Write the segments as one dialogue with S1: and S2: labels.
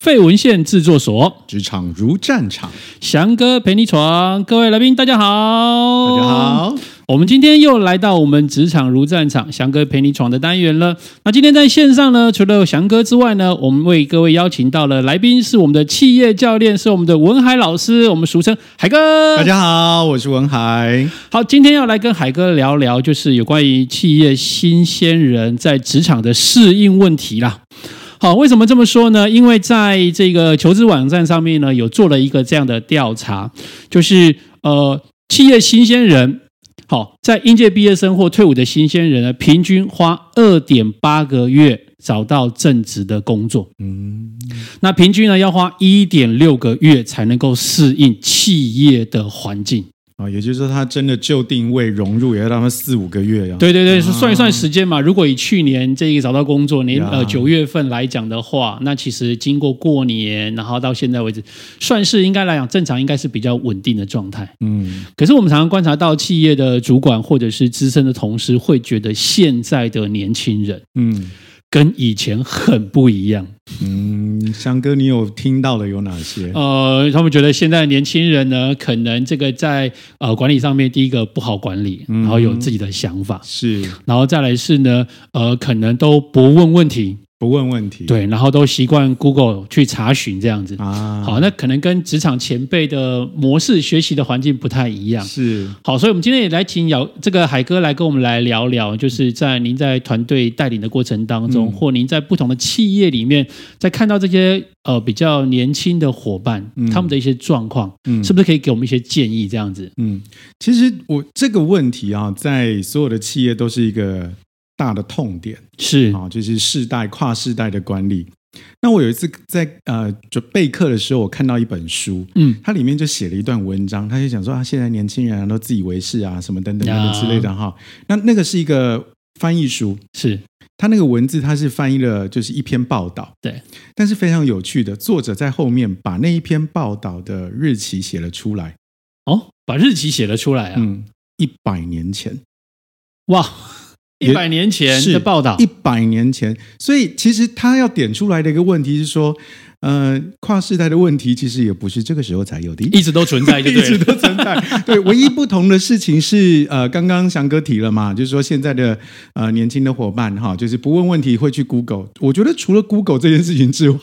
S1: 废文献制作所，
S2: 职场如战场，
S1: 翔哥陪你闯，各位来宾大家好，
S2: 大家。好。
S1: 我们今天又来到我们职场如战场，翔哥陪你闯的单元了。那今天在线上呢，除了有翔哥之外呢，我们为各位邀请到了来宾是我们的企业教练，是我们的文海老师，我们俗称海哥。
S2: 大家好，我是文海。
S1: 好，今天要来跟海哥聊聊，就是有关于企业新鲜人在职场的适应问题啦。好，为什么这么说呢？因为在这个求职网站上面呢，有做了一个这样的调查，就是呃，企业新鲜人，好，在应届毕业生或退伍的新鲜人呢，平均花二点八个月找到正职的工作，
S2: 嗯，
S1: 那平均呢要花一点六个月才能够适应企业的环境。
S2: 啊，也就是说，他真的就定位融入也要让他四五个月呀、
S1: 对对对，是算一算时间嘛。如果以去年这个找到工作年
S2: 呀
S1: 呃九月份来讲的话，那其实经过过年，然后到现在为止，算是应该来讲正常，应该是比较稳定的状态。
S2: 嗯，
S1: 可是我们常常观察到，企业的主管或者是资深的同事会觉得现在的年轻人
S2: 嗯
S1: 跟以前很不一样。
S2: 嗯，翔哥，你有听到的有哪些？
S1: 呃，他们觉得现在的年轻人呢，可能这个在呃管理上面，第一个不好管理，然后有自己的想法，
S2: 是
S1: 然后再来是呢，呃，可能都不问问题。
S2: 不问问题？
S1: 对，然后都习惯 Google 去查询这样子。
S2: 啊，
S1: 好，那可能跟职场前辈的模式学习的环境不太一样。
S2: 是
S1: 好，所以我们今天也来请姚这个海哥来跟我们来聊聊，就是在您在团队带领的过程当
S2: 嗯
S1: 中，或您在不同的企业里面，在看到这些呃比较年轻的伙伴、
S2: 嗯
S1: 他们的一些状况，
S2: 嗯
S1: 是不是可以给我们一些建议这样子？
S2: 嗯，其实我这个问题啊，在所有的企业都是一个大的痛点。
S1: 是
S2: 啊、就是世代跨世代的管理。那我有一次在呃准备课的时候，我看到一本书，
S1: 嗯，
S2: 它里面就写了一段文章，他就讲说啊，现在年轻人啊都自以为是啊，什么等等等等之类的哈、那那个是一个翻译书，
S1: 是
S2: 它那个文字它是翻译了就是一篇报道，
S1: 对，
S2: 但是非常有趣的，作者在后面把那一篇报道的日期写了出来，
S1: 哦，把日期写了出来啊！
S2: 嗯，一百年前。
S1: 哇，一
S2: 也
S1: 百年前
S2: 是
S1: 的报道
S2: 一，百年前。所以其实他要点出来的一个问题是说，呃，跨世代的问题其实也不是这个时候才有的，
S1: 一直都存在就
S2: 一
S1: 对了，
S2: 直都存在。 对，唯一不同的事情是，呃，刚刚翔哥提了嘛，就是说现在的呃年轻的伙伴哈，就是不问问题会去 Google。我觉得除了 Google 这件事情之外，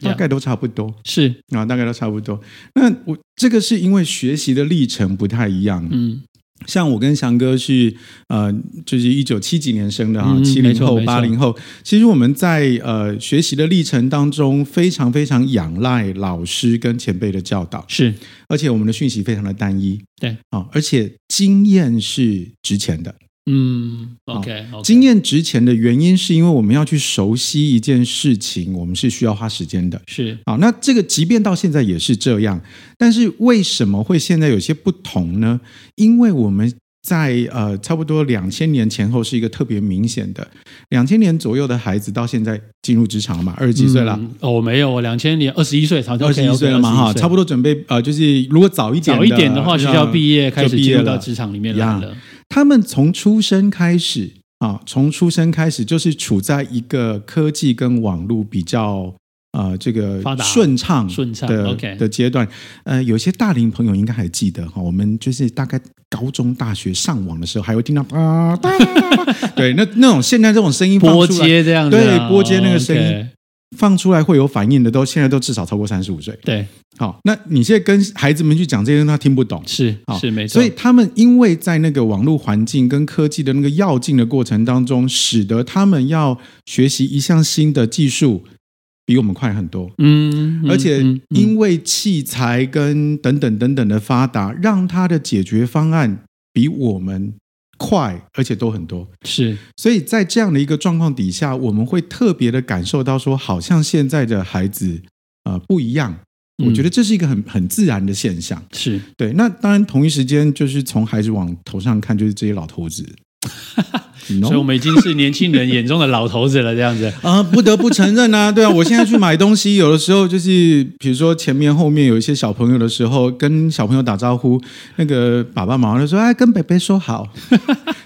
S1: Yeah
S2: 大概都差不多。
S1: 是
S2: 啊，大概都差不多。那我这个是因为学习的历程不太一样，
S1: 嗯。
S2: 像我跟翔哥是呃，就是一九七几年生的哈，
S1: 嗯
S2: 七
S1: 没
S2: 零
S1: 错
S2: 后、
S1: 没错
S2: 八零后。其实我们在呃学习的历程当中，非常非常仰赖老师跟前辈的教导，
S1: 是
S2: 而且我们的讯息非常的单一，
S1: 对
S2: 啊、而且经验是值钱的。
S1: 嗯，OK，, o k
S2: 哦经验值钱的原因是因为我们要去熟悉一件事情，我们是需要花时间的。
S1: 是
S2: 好，那这个即便到现在也是这样，但是为什么会现在有些不同呢？因为我们在呃差不多两千年前后是一个特别明显的，两千年左右的孩子到现在进入职场了嘛，二十几岁了。
S1: 嗯哦，我没有，我两千年二十一岁，差不多
S2: 二十一岁了嘛，哈，差不
S1: 多。
S2: 多准备呃，就是如果早一点
S1: 早一点的话，
S2: 呃
S1: 学校毕业开
S2: 就
S1: 始
S2: 毕
S1: 进
S2: 业
S1: 入到
S2: 了。
S1: 职场里面来了。
S2: 他们从出生开始啊，从出生开始就是处在一个科技跟网络比较呃这个
S1: 发达
S2: 顺畅
S1: 顺畅
S2: 的
S1: OK
S2: 的阶段。呃，有些大龄朋友应该还记得哈、我们就是大概高中、大学上网的时候，还会听到啊，哒哒哒对，那那种现在这种声音放
S1: 拨
S2: 出来。
S1: 接这样子啊，
S2: 对拨接那个声音
S1: 哦，OK，
S2: 放出来会有反应的都现在都至少超过三十五岁。
S1: 对，
S2: 好，那你现在跟孩子们去讲这些，他听不懂。
S1: 是
S2: 好
S1: 是没错。
S2: 所以他们因为在那个网络环境跟科技的那个要进的过程当中，使得他们要学习一项新的技术，比我们快很多。
S1: 嗯，嗯，
S2: 而且
S1: 嗯嗯
S2: 因为器材跟等等等等的发达，让他的解决方案比我们快，而且多很多。
S1: 嗯是
S2: 所以在这样的一个状况底下，我们会特别的感受到说，好像现在的孩子呃不一样。我
S1: 嗯
S2: 觉得这是一个很很自然的现象。
S1: 是
S2: 对，那当然同一时间就是从孩子往头上看，就是这些老头子。 No
S1: 所以我们已经是年轻人眼中的老头子了，这样子。
S2: 啊、不得不承认啊，对啊，我现在去买东西，有的时候就是，比如说前面后面有一些小朋友的时候，跟小朋友打招呼，那个爸爸妈妈就说：“哎，跟北北 说好。”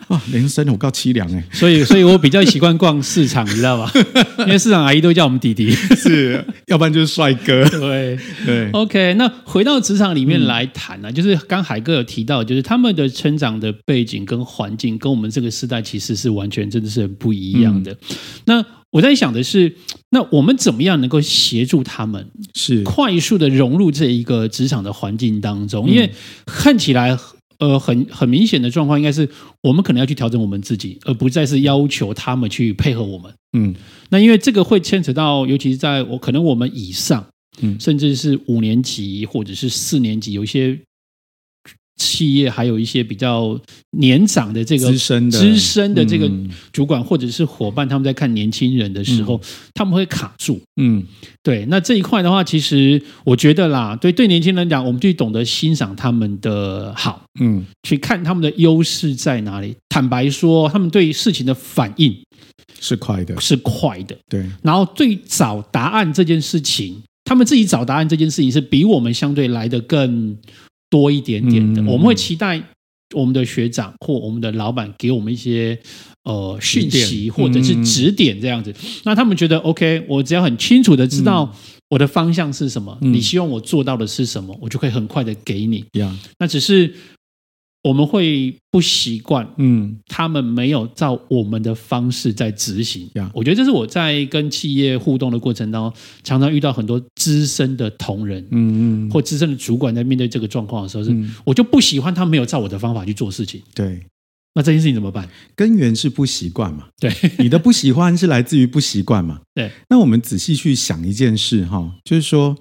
S2: 哇，人生我告凄凉哎、
S1: 所以，所以我比较习惯逛市场，你知道 吧？因为市场阿姨都叫我们弟弟。
S2: 是，要不然就是帅哥，
S1: 对
S2: 对，
S1: ，OK，那回到职场里面来谈呢、啊，就是刚海哥有提到，就是他们的成长的背景跟环境跟我们这个时代其实是完全真的是很不一样的。那我在想的是，那我们怎么样能够协助他们
S2: 是
S1: 快速的融入这一个职场的环境当中？因为看起来。呃，很很明显的状况应该是，我们可能要去调整我们自己，而不再是要求他们去配合我们。
S2: 嗯
S1: 那因为这个会牵扯到，尤其是在我可能我们以上，
S2: 嗯
S1: 甚至是五年级或者是四年级，有一些企业还有一些比较年长的这个
S2: 资深的
S1: 资深的这个
S2: 嗯
S1: 主管或者是伙伴，他们在看年轻人的时候，他们会卡住。
S2: 嗯
S1: 对，那这一块的话，其实我觉得啦，对对年轻人讲，我们就懂得欣赏他们的好，
S2: 嗯
S1: 去看他们的优势在哪里。坦白说，他们对事情的反应
S2: 是快的，
S1: 是快的。
S2: 对，
S1: 然后最早答案这件事情，他们自己找答案这件事情是比我们相对来的更多一点点的。
S2: 嗯
S1: 我们会期待我们的学长或我们的老板给我们一些呃讯息
S2: 指点嗯
S1: 或者是指点这样子。那他们觉得 OK，我只要很清楚的知道我的方向是什么，
S2: 嗯
S1: 你希望我做到的是什么，我就可以很快的给你。
S2: 呀，
S1: 那只是我们会不习惯，
S2: 嗯
S1: 他们没有照我们的方式在执行。
S2: 呀
S1: 我觉得这是我在跟企业互动的过程当中，常常遇到很多资深的同仁、
S2: 嗯嗯，
S1: 或资深的主管在面对这个状况的时候是，
S2: 嗯
S1: 我就不喜欢他没有照我的方法去做事情。
S2: 对，
S1: 那这件事情怎么办？
S2: 根源是不习惯 嘛，
S1: 对，
S2: 你的不喜欢是来自于不习惯嘛？
S1: 对。
S2: 那我们仔细去想一件事哈，就是说，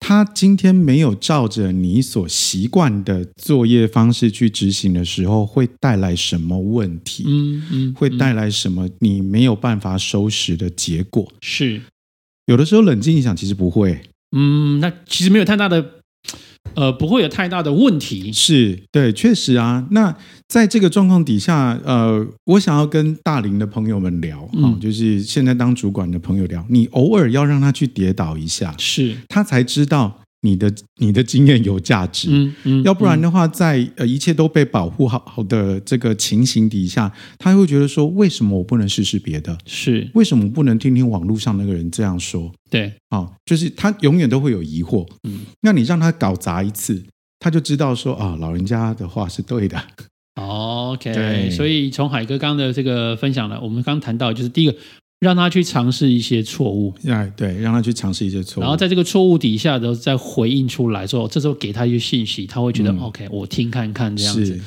S2: 他今天没有照着你所习惯的作业方式去执行的时候，会带来什么问题？
S1: 嗯嗯，
S2: 会
S1: 嗯
S2: 带来什么你没有办法收拾的结果？
S1: 是
S2: 有的时候冷静一想，其实不会，
S1: 嗯，那其实没有太大的呃，不会有太大的问题。
S2: 是对，确实啊。那在这个状况底下，呃，我想要跟大龄的朋友们聊，
S1: 嗯
S2: 哦就是现在当主管的朋友聊，你偶尔要让他去跌倒一下，
S1: 是，
S2: 他才知道你的你的经验有价值。
S1: 嗯嗯，
S2: 要不然
S1: 嗯
S2: 的话，在呃一切都被保护好好的这个情形底下，他会觉得说：为什么我不能试试别的？
S1: 是
S2: 为什么不能听听网络上那个人这样说？
S1: 对，
S2: 啊、就是他永远都会有疑惑。
S1: 嗯
S2: 那你让他搞砸一次，他就知道说啊、老人家的话是对的。
S1: OK，
S2: 对
S1: 所以从海哥刚的这个分享呢，我们刚谈到就是第一个，让他去尝试一些错误，
S2: 哎，对，让他去尝试一些错误。
S1: 然后在这个错误底下，然后再回应出来说，哦这时候给他一些信息，他会觉得、
S2: 嗯
S1: OK，我听看看这样子
S2: 是。，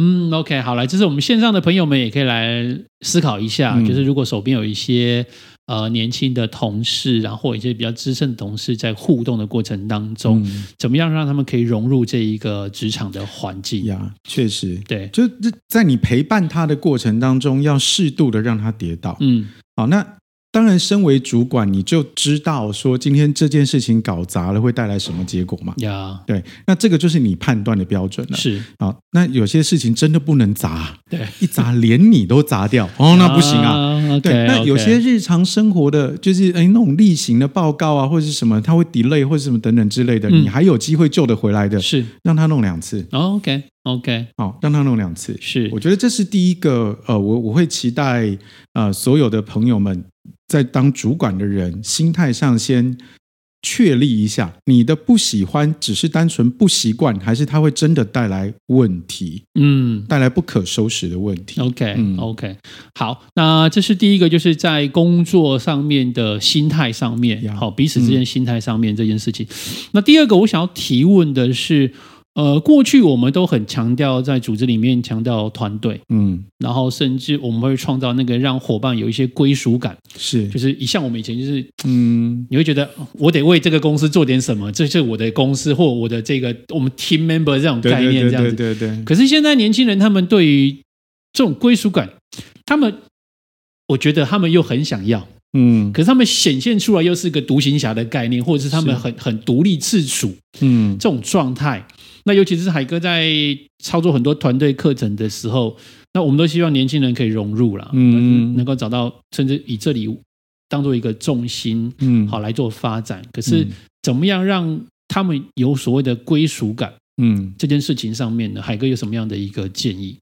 S1: 嗯，OK，好来，这是我们线上的朋友们也可以来思考一下，
S2: 嗯
S1: 就是如果手边有一些呃年轻的同事，然后或一些比较资深的同事在互动的过程当中，
S2: 嗯
S1: 怎么样让他们可以融入这一个职场的环境？
S2: 呀，确实，
S1: 对，
S2: 就这在你陪伴他的过程当中，要适度的让他跌倒。
S1: 嗯，
S2: 好，那当然，身为主管，你就知道说今天这件事情搞砸了会带来什么结果嘛？
S1: 呀，
S2: 对，那这个就是你判断的标准了。
S1: 嗯是。
S2: 好，那有些事情真的不能砸，啊
S1: 对，
S2: 一砸连你都砸掉，哦，那不行啊。
S1: o k
S2: 对那有些日常生活的，就是哎那种例行的报告啊，或者是什么，它会 delay 或者什么等等之类的，
S1: 嗯
S2: 你还有机会救得回来的，
S1: 是
S2: 让他弄两次，
S1: ，OK OK，
S2: 好、让他弄两次。
S1: 是
S2: 我觉得这是第一个，呃，我我会期待，呃，所有的朋友们在当主管的人，心态上先确立一下，你的不喜欢只是单纯不习惯，还是它会真的带来问题，
S1: 嗯。哦
S2: 带来不可收拾的问题。
S1: OK
S2: 嗯
S1: OK，、好，那这是第一个，就是在工作上面的心态上面，
S2: 呀
S1: 好，彼此之间心态上面这件事情。那第二个，我想要提问的是，呃，过去我们都很强调在组织里面强调团队，
S2: 嗯，
S1: 然后甚至我们会创造那个让伙伴有一些归属感，
S2: 是
S1: 就，是一像我们以前就是
S2: 嗯，
S1: 你会觉得哦我得为这个公司做点什么，这是我的公司或我的这个我们 team member 这种
S2: 对
S1: 概
S2: 对
S1: 念
S2: 对
S1: 这样
S2: 对
S1: 子。
S2: 对对，
S1: 可是现在年轻人他们对于这种归属感，他们我觉得他们又很想要，
S2: 嗯
S1: 可是他们显现出来又是个独行侠的概念，或者是他们
S2: 是
S1: 很很独立自主
S2: 嗯，
S1: 这种状态。那尤其是海哥在操作很多团队课程的时候，那我们都希望年轻人可以融入啦，
S2: 嗯
S1: 嗯，能够找到，甚至以这里当做一个重心，
S2: 嗯，
S1: 好来做发展。可是
S2: 嗯
S1: 怎么样让他们有所谓的归属感
S2: 嗯
S1: 这件事情上面呢？海哥有什么样的一个建议？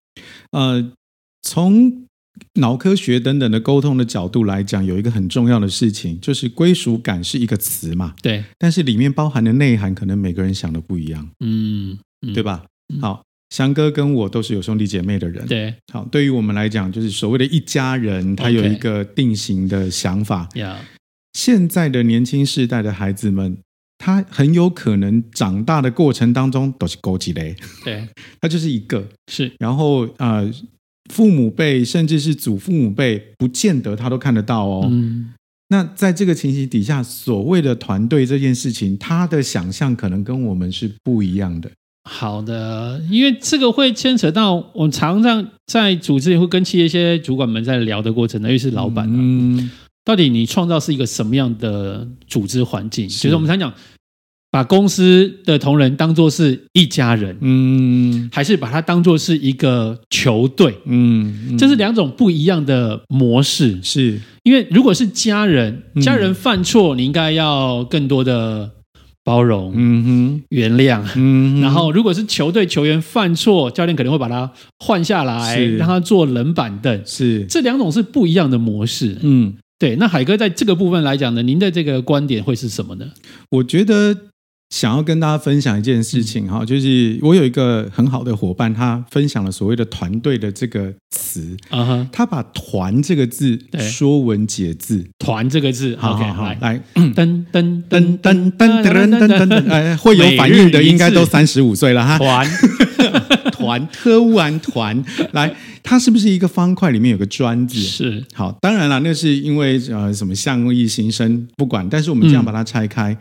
S2: 呃，从脑科学等等的沟通的角度来讲，有一个很重要的事情，就是归属感是一个词嘛，
S1: 对，
S2: 但是里面包含的内涵，可能每个人想的不一样，
S1: 嗯，嗯
S2: 对？吧？
S1: 嗯
S2: 好，翔哥跟我都是有兄弟姐妹的人，
S1: 对
S2: 好，对于我们来讲，就是所谓的一家人，他
S1: OK
S2: 有一个定型的想法。
S1: 呀，
S2: 现在的年轻世代的孩子们，他很有可能长大的过程当中都是勾几雷，
S1: 对，
S2: 他就是一个。
S1: 是，
S2: 然后呃，父母辈甚至是祖父母辈，不见得他都看得到哦。
S1: 嗯，
S2: 那在这个情形底下，所谓的团队这件事情，他的想象可能跟我们是不一样的。
S1: 好的，因为这个会牵扯到我常常在组织里会跟企业一些主管们在聊的过程呢，尤其是老板、啊，
S2: 嗯
S1: 到底你创造是一个什么样的组织环境？
S2: 是
S1: 就是我们常讲，把公司的同仁当做是一家人，
S2: 嗯
S1: 还是把它当做是一个球队？
S2: 嗯，嗯
S1: 这是两种不一样的模式。
S2: 是
S1: 因为如果是家人，
S2: 嗯
S1: 家人犯错，你应该要更多的包容、
S2: 嗯
S1: 原谅。
S2: 哼嗯哼，
S1: 然后，如果是球队球员犯错，教练可能会把他换下来，
S2: 是
S1: 让他坐冷板凳。
S2: 是
S1: 这两种是不一样的模式。
S2: 嗯，
S1: 对，那海哥在这个部分来讲呢，您的这个观点会是什么呢？
S2: 我觉得想要跟大家分享一件事
S1: 嗯
S2: 情哈，就是我有一个很好的伙伴，他分享了所谓的团队的这个词，
S1: 啊哈，
S2: 他把“团”这个字
S1: 对
S2: 说文解字。
S1: 团这个字
S2: 好
S1: ，OK，
S2: 好好，
S1: 来，
S2: 来
S1: 噔噔
S2: 噔噔噔噔噔噔噔，哎，会有反应的应该都三十五岁了哈。
S1: 团，
S2: 团特务安团，来，它是不是一个方块里面有个砖字？
S1: 是
S2: 好，当然了，那是因为呃什么项意心生不管，但是我们这样把它拆
S1: 嗯
S2: 开，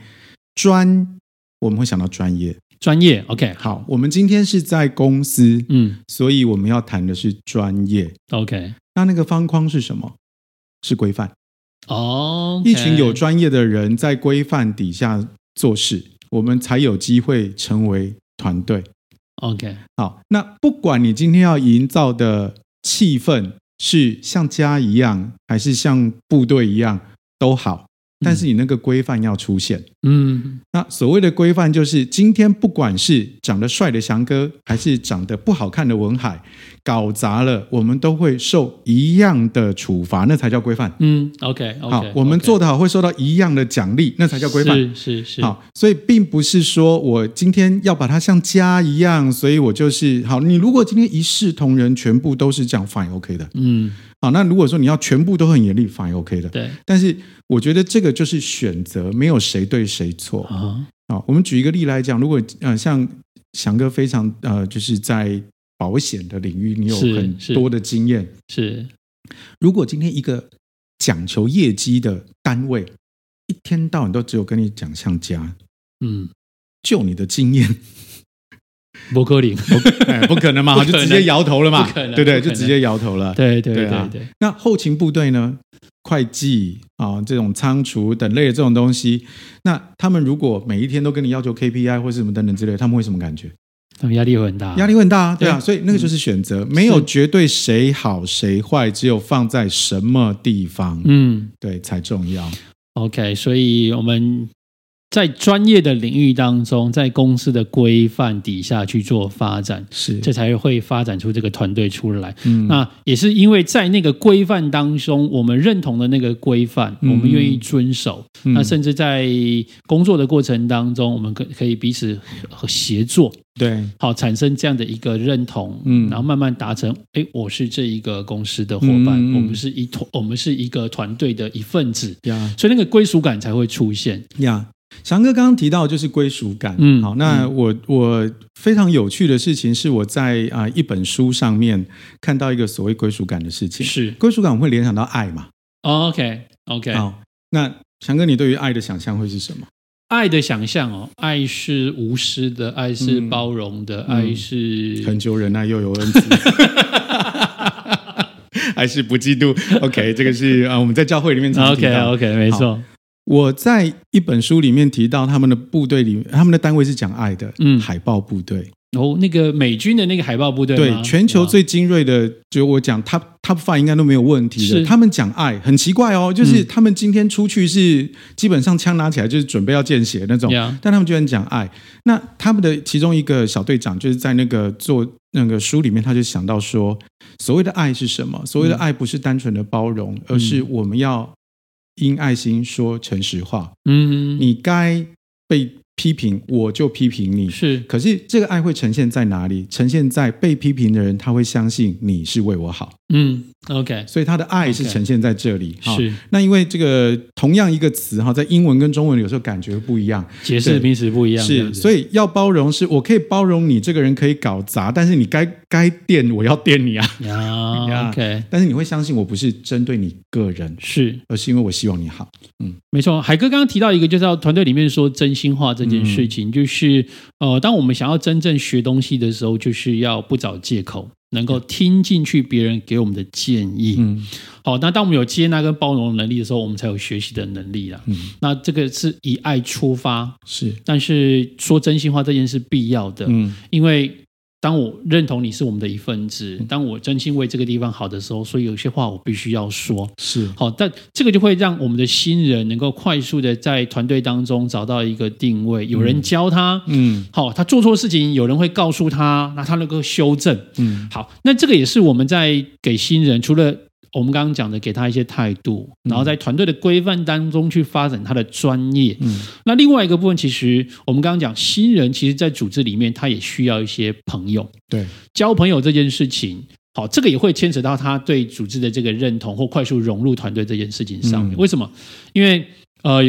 S2: 专我们会想到专业。
S1: 专业，OK，好，
S2: 好，我们今天是在公司，
S1: 嗯
S2: 所以我们要谈的是专业。
S1: ，OK，
S2: 那那个方框是什么？是规范。
S1: 哦，
S2: 一群有专业的人在规范底下做事，我们才有机会成为团队。
S1: ，OK，
S2: 好，那不管你今天要营造的气氛是像家一样，还是像部队一样都好，但是你那个规范要出现。
S1: 嗯，
S2: 那所谓的规范，就是今天不管是长得帅的翔哥，还是长得不好看的文海，搞砸了，我们都会受一样的处罚，那才叫规范。
S1: 嗯，OK，OK，
S2: 好，我们做得好会受到一样的奖励，那才叫规范。
S1: 是是是，
S2: 好，所以并不是说我今天要把它像家一样，所以我就是好。你如果今天一视同仁，全部都是这样，fine OK 的。
S1: 嗯，
S2: 好，那如果说你要全部都很严厉，fine OK 的。
S1: 对，
S2: 但是我觉得这个就是选择，没有谁对谁错。
S1: 啊，
S2: 好，我们举一个例来讲，如果呃像翔哥非常呃就是在保险的领域，你有
S1: 是
S2: 很
S1: 是
S2: 多的经验。
S1: 是，
S2: 如果今天一个讲求业绩的单位，一天到晚都只有跟你讲像家，
S1: 嗯，
S2: 就你的经验。
S1: 伯克林，
S2: 哎 不可能嘛，
S1: 不
S2: 就
S1: 可能
S2: 直接摇头了嘛，
S1: 不可能
S2: 对不
S1: 不
S2: 对？
S1: 可
S2: 就
S1: 能
S2: 直接摇头了。
S1: 对对
S2: 对啊
S1: 对对，
S2: 那后勤部队呢？会计啊，这种仓储等类的这种东西，那他们如果每一天都跟你要求 KPI 或是什么等等之类，他们会什么感觉？
S1: 他们压力会很大，
S2: 压力会很大啊，对嗯啊，
S1: 对
S2: 所以那个就是选择，没有绝对谁好谁坏，只有放在什么地方，
S1: 嗯。
S2: 对才重要。
S1: OK，所以我们在专业的领域当中，在公司的规范底下去做发展，
S2: 是，
S1: 这才会发展出这个团队出来。
S2: 嗯
S1: 那也是因为在那个规范当中，我们认同的那个规范，
S2: 嗯
S1: 我们愿意遵守。
S2: 嗯
S1: 那甚至在工作的过程当中，我们可可以彼此和协作，
S2: 对，
S1: 好产生这样的一个认同，
S2: 嗯
S1: 然后慢慢达成，哎，我是这一个公司的伙伴，
S2: 嗯嗯嗯
S1: 我们是一团，我们是一个团队的一份子。
S2: 呀，
S1: 所以那个归属感才会出现。
S2: 呀翔哥刚刚提到就是归属感，
S1: 嗯
S2: 好，那
S1: 嗯
S2: 我、我非常有趣的事情是我在啊、一本书上面看到一个所谓归属感的事情，
S1: 是哦
S2: 归属感我会联想到爱嘛，
S1: ，OK OK，
S2: 好，那翔哥你对于爱的想象会是什么？
S1: 爱的想象哦，爱是无私的，爱是
S2: 嗯
S1: 包容的，
S2: 嗯
S1: 爱是
S2: 恒久忍耐又有恩慈， 还是不嫉妒？OK，这个是啊、我们在教会里面常提
S1: OK
S2: 到。
S1: OK，没错，
S2: 我在一本书里面提到他们的部队里，他们的单位是讲爱的，
S1: 嗯
S2: 海豹部队。
S1: 哦，那个美军的那个海豹部队吗
S2: 对，全球
S1: 哇
S2: 最精锐的，就我讲 top top five 应该都没有问题
S1: 是
S2: 的。他们讲爱很奇怪哦，就是
S1: 嗯
S2: 他们今天出去是基本上枪拿起来就是准备要见血那种，
S1: 呀
S2: 但他们居然讲爱。那他们的其中一个小队长就是在那个做那个书里面，他就想到说，所谓的爱是什么？所
S1: 嗯
S2: 谓的爱不是单纯的包容，而是我们要因爱心说诚实话。
S1: 嗯，
S2: 你该被批评，我就批评你。
S1: 是
S2: 可是这个爱会呈现在哪里？呈现在被批评的人，他会相信你是为我好，
S1: 嗯，OK，
S2: 所以他的爱是
S1: OK
S2: 呈现在这里。哈
S1: 是
S2: 那因为这个同样一个词哈，在英文跟中文有时候感觉不一样，
S1: 解释的名词不一样，
S2: 是，所
S1: 以
S2: 以要包容是我可以包容你这个人可以搞砸，但是你该该电我要电你啊，
S1: 啊
S2: 呀
S1: ，OK，
S2: 但是你会相信我不是针对你个人，
S1: 是
S2: 而是因为我希望你好。
S1: 没错，海哥刚刚提到一个，就是要团队里面说真心话这件
S2: 嗯
S1: 事情，就是呃，当我们想要真正学东西的时候，就是要不找借口，能够听进去别人给我们的建议。
S2: 嗯
S1: 好，那当我们有接纳跟包容的能力的时候，我们才有学习的能力啦。
S2: 嗯，
S1: 那这个是以爱出发，
S2: 是，
S1: 但是说真心话这件事必要的，
S2: 嗯
S1: 因为当我认同你是我们的一份子，当我真心为这个地方好的时候，所以有些话我必须要说。
S2: 是，
S1: 好，但这个就会让我们的新人能够快速的在团队当中找到一个定位，有人教他，
S2: 嗯
S1: 好，他做错事情，有人会告诉他，那他能够修正。
S2: 嗯
S1: 好，那这个也是我们在给新人，除了我们刚刚讲的给他一些态度，
S2: 嗯
S1: 然后在团队的规范当中去发展他的专业。
S2: 嗯，
S1: 那另外一个部分，其实我们刚刚讲新人，其实在组织里面他也需要一些朋友，
S2: 对，
S1: 交朋友这件事情。好，这个也会牵扯到他对组织的这个认同或快速融入团队这件事情上面。
S2: 嗯
S1: 为什么？因为呃，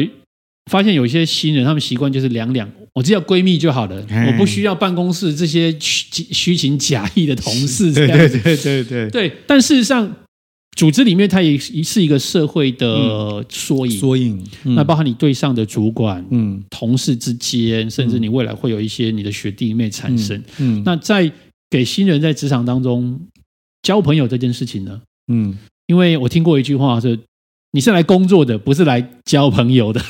S1: 发现有一些新人，他们习惯就是两两，我只要闺蜜就好了，
S2: 嘿
S1: 我不需要办公室这些虚虚情假意的同 事这
S2: 对
S1: 样
S2: 对
S1: 子。
S2: 对对对。
S1: 对但事实上，组织里面它也是一个社会的缩影。
S2: 嗯缩影。
S1: 那包含你对上的主管、
S2: 嗯
S1: 同事之间，甚至你未来会有一些你的学弟妹产生。
S2: 嗯
S1: 那在给新人在职场当中交朋友这件事情呢，
S2: 嗯，
S1: 因为我听过一句话是，你是来工作的，不是来交朋友 的。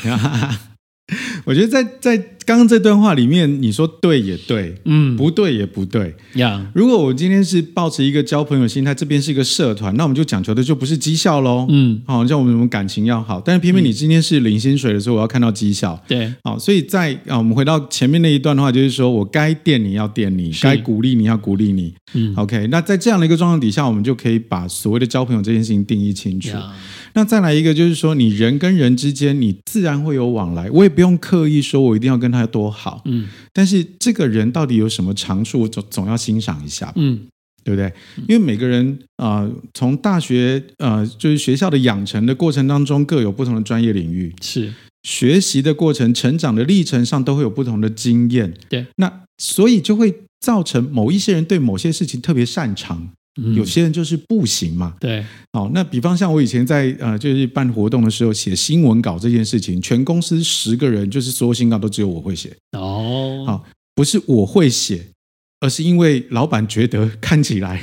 S2: 我觉得在在刚刚这段话里面，你说对也对，
S1: 嗯，
S2: 不对也不对。
S1: 呀，
S2: 如果我今天是抱持一个交朋友心态，这边是一个社团，那我们就讲求的就不是绩效喽。
S1: 嗯，
S2: 好、像我们我们感情要好，但是偏偏你今天是领薪水的时候，我要看到绩效。
S1: 对，
S2: 好、所以在啊，我们回到前面那一段的话，就是说我该电你要电你，
S1: 是
S2: 该鼓励你要鼓励你。
S1: 嗯，
S2: OK，那在这样的一个状况底下，我们就可以把所谓的交朋友这件事情定义清楚。
S1: 呀，
S2: 那再来一个就是说，你人跟人之间，你自然会有往来。我也不用刻意说我一定要跟他多好，
S1: 嗯
S2: 但是这个人到底有什么长处，我总总要欣赏一下吧，
S1: 嗯，
S2: 对不对？因为每个人啊、呃从大学呃，就是学校的养成的过程当中，各有不同的专业领域，
S1: 是
S2: 学习的过程、成长的历程上，都会有不同的经验。
S1: 对，
S2: 那所以就会造成某一些人对某些事情特别擅长，
S1: 嗯
S2: 有些人就是不行嘛。
S1: 对，
S2: 好，哦那比方像我以前在呃，就是办活动的时候写新闻稿这件事情，全公司十个人，就是所有新闻稿都只有我会写，
S1: 哦，
S2: 好不是我会写，而是因为老板觉得看起 来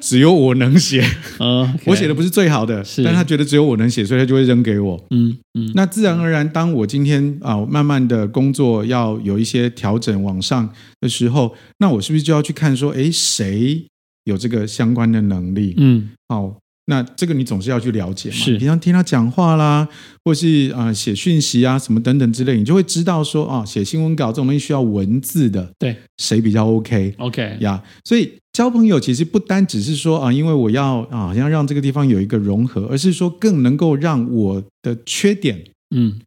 S2: 只有我能写，
S1: 呃，
S2: 我写的，不是最好的，
S1: 是
S2: 但他觉得只有我能写，所以他就会扔给我。
S1: 嗯嗯，
S2: 那自然而然，当我今天啊、慢慢的工作要有一些调整往上的时候，那我是不是就要去看说，诶，谁有这个相关的能力？
S1: 嗯
S2: 好，那这个你总是要去了解嘛，
S1: 是
S2: 平常听他讲话啦，或是啊、呃写讯息啊什么等等之类，你就会知道说啊、写新闻稿这种东西需要文字的，
S1: 对，
S2: 谁比较 OK
S1: ，OK，
S2: 呀？所以交朋友其实不单只是说啊、因为我要啊，好像让这个地方有一个融合，而是说更能够让我的缺点
S1: 嗯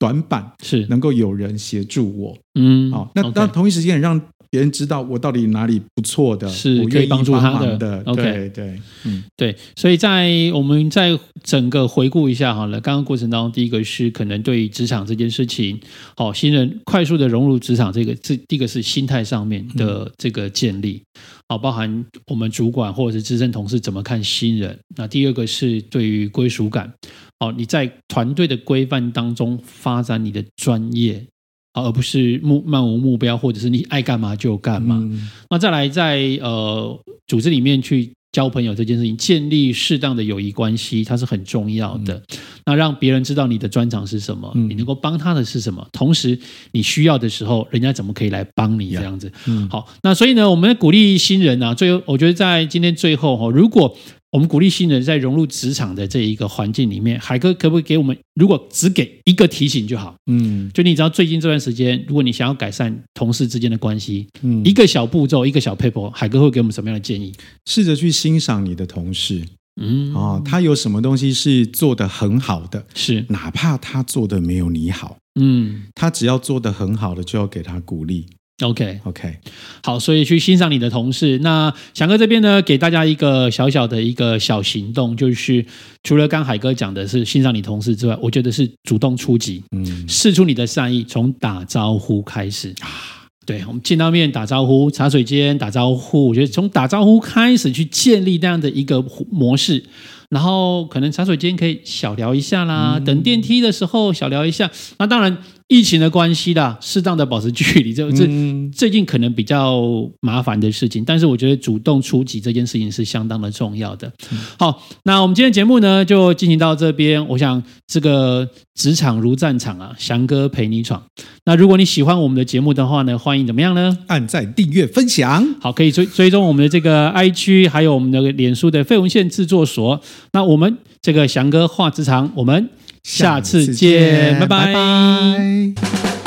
S2: 短板
S1: 是，
S2: 能够有人协助我。
S1: 嗯，
S2: 好、那
S1: OK
S2: 那同一时间也让别人知道我到底哪里不错的，
S1: 是
S2: 我
S1: 可以
S2: 愿意
S1: 帮助他
S2: 忙
S1: 的
S2: 的。
S1: OK
S2: 对对，嗯
S1: 对，所以在我们在整个回顾一下好了，刚刚过程当中，第一个是可能对于职场这件事情，好、新人快速的融入职场，这个这第一个是心态上面的这个建立，好、包含我们主管或者是资深同事怎么看新人。那第二个是对于归属感，好、你在团队的规范当中发展你的专业。好而不是目漫无目标，或者是你爱干嘛就干嘛。
S2: 嗯
S1: 那再来在呃组织里面去交朋友这件事情，建立适当的友谊关系，它是很重要的。那让别人知道你的专长是什么，
S2: 嗯
S1: 你能够帮他的是什么，同时你需要的时候，人家怎么可以来帮你
S2: Yeah
S1: 这样子。
S2: 嗯
S1: 好，那所以呢，我们鼓励新人啊，最后我觉得在今天最后哈、哦，如果我们鼓励新人在融入职场的这一个环境里面，海哥可不可以给我们，如果只给一个提醒就好，
S2: 嗯
S1: 就你只要最近这段时间，如果你想要改善同事之间的关系，
S2: 嗯
S1: 一，个小步骤，一个小 paper，海哥会给我们什么样的建议？
S2: 试着去欣赏你的同事
S1: 嗯，
S2: 哦，他有什么东西是做得很好的，
S1: 是，
S2: 哪怕他做的没有你好，
S1: 嗯
S2: 他只要做得很好的，就要给他鼓励。
S1: ，OK，
S2: OK，
S1: 好，所以去欣赏你的同事。那翔哥这边呢，给大家一个小小的一个小行动，就是除了刚海哥讲的是欣赏你同事之外，我觉得是主动出击，
S2: 嗯，
S1: 试出你的善意，从打招呼开始对，我们见到面打招呼，茶水间打招呼，我觉得从打招呼开始去建立那样的一个模式，然后可能茶水间可以小聊一下啦，等电梯的时候小聊一下。那当然，疫情的关系啦，适当的保持距离，这这、
S2: 嗯
S1: 最近可能比较麻烦的事情，但是我觉得主动出击这件事情是相当的重要的。好，那我们今天的节目呢就进行到这边。我想这个职场如战场啊，翔哥陪你闯。那如果你喜欢我们的节目的话呢，欢迎怎么样呢？
S2: 按赞、订阅、分享。
S1: 好，可以追追踪我们的这个 IG，还有我们的脸书的费文献制作所。那我们这个翔哥话职场，我们下次见，拜拜
S2: 拜拜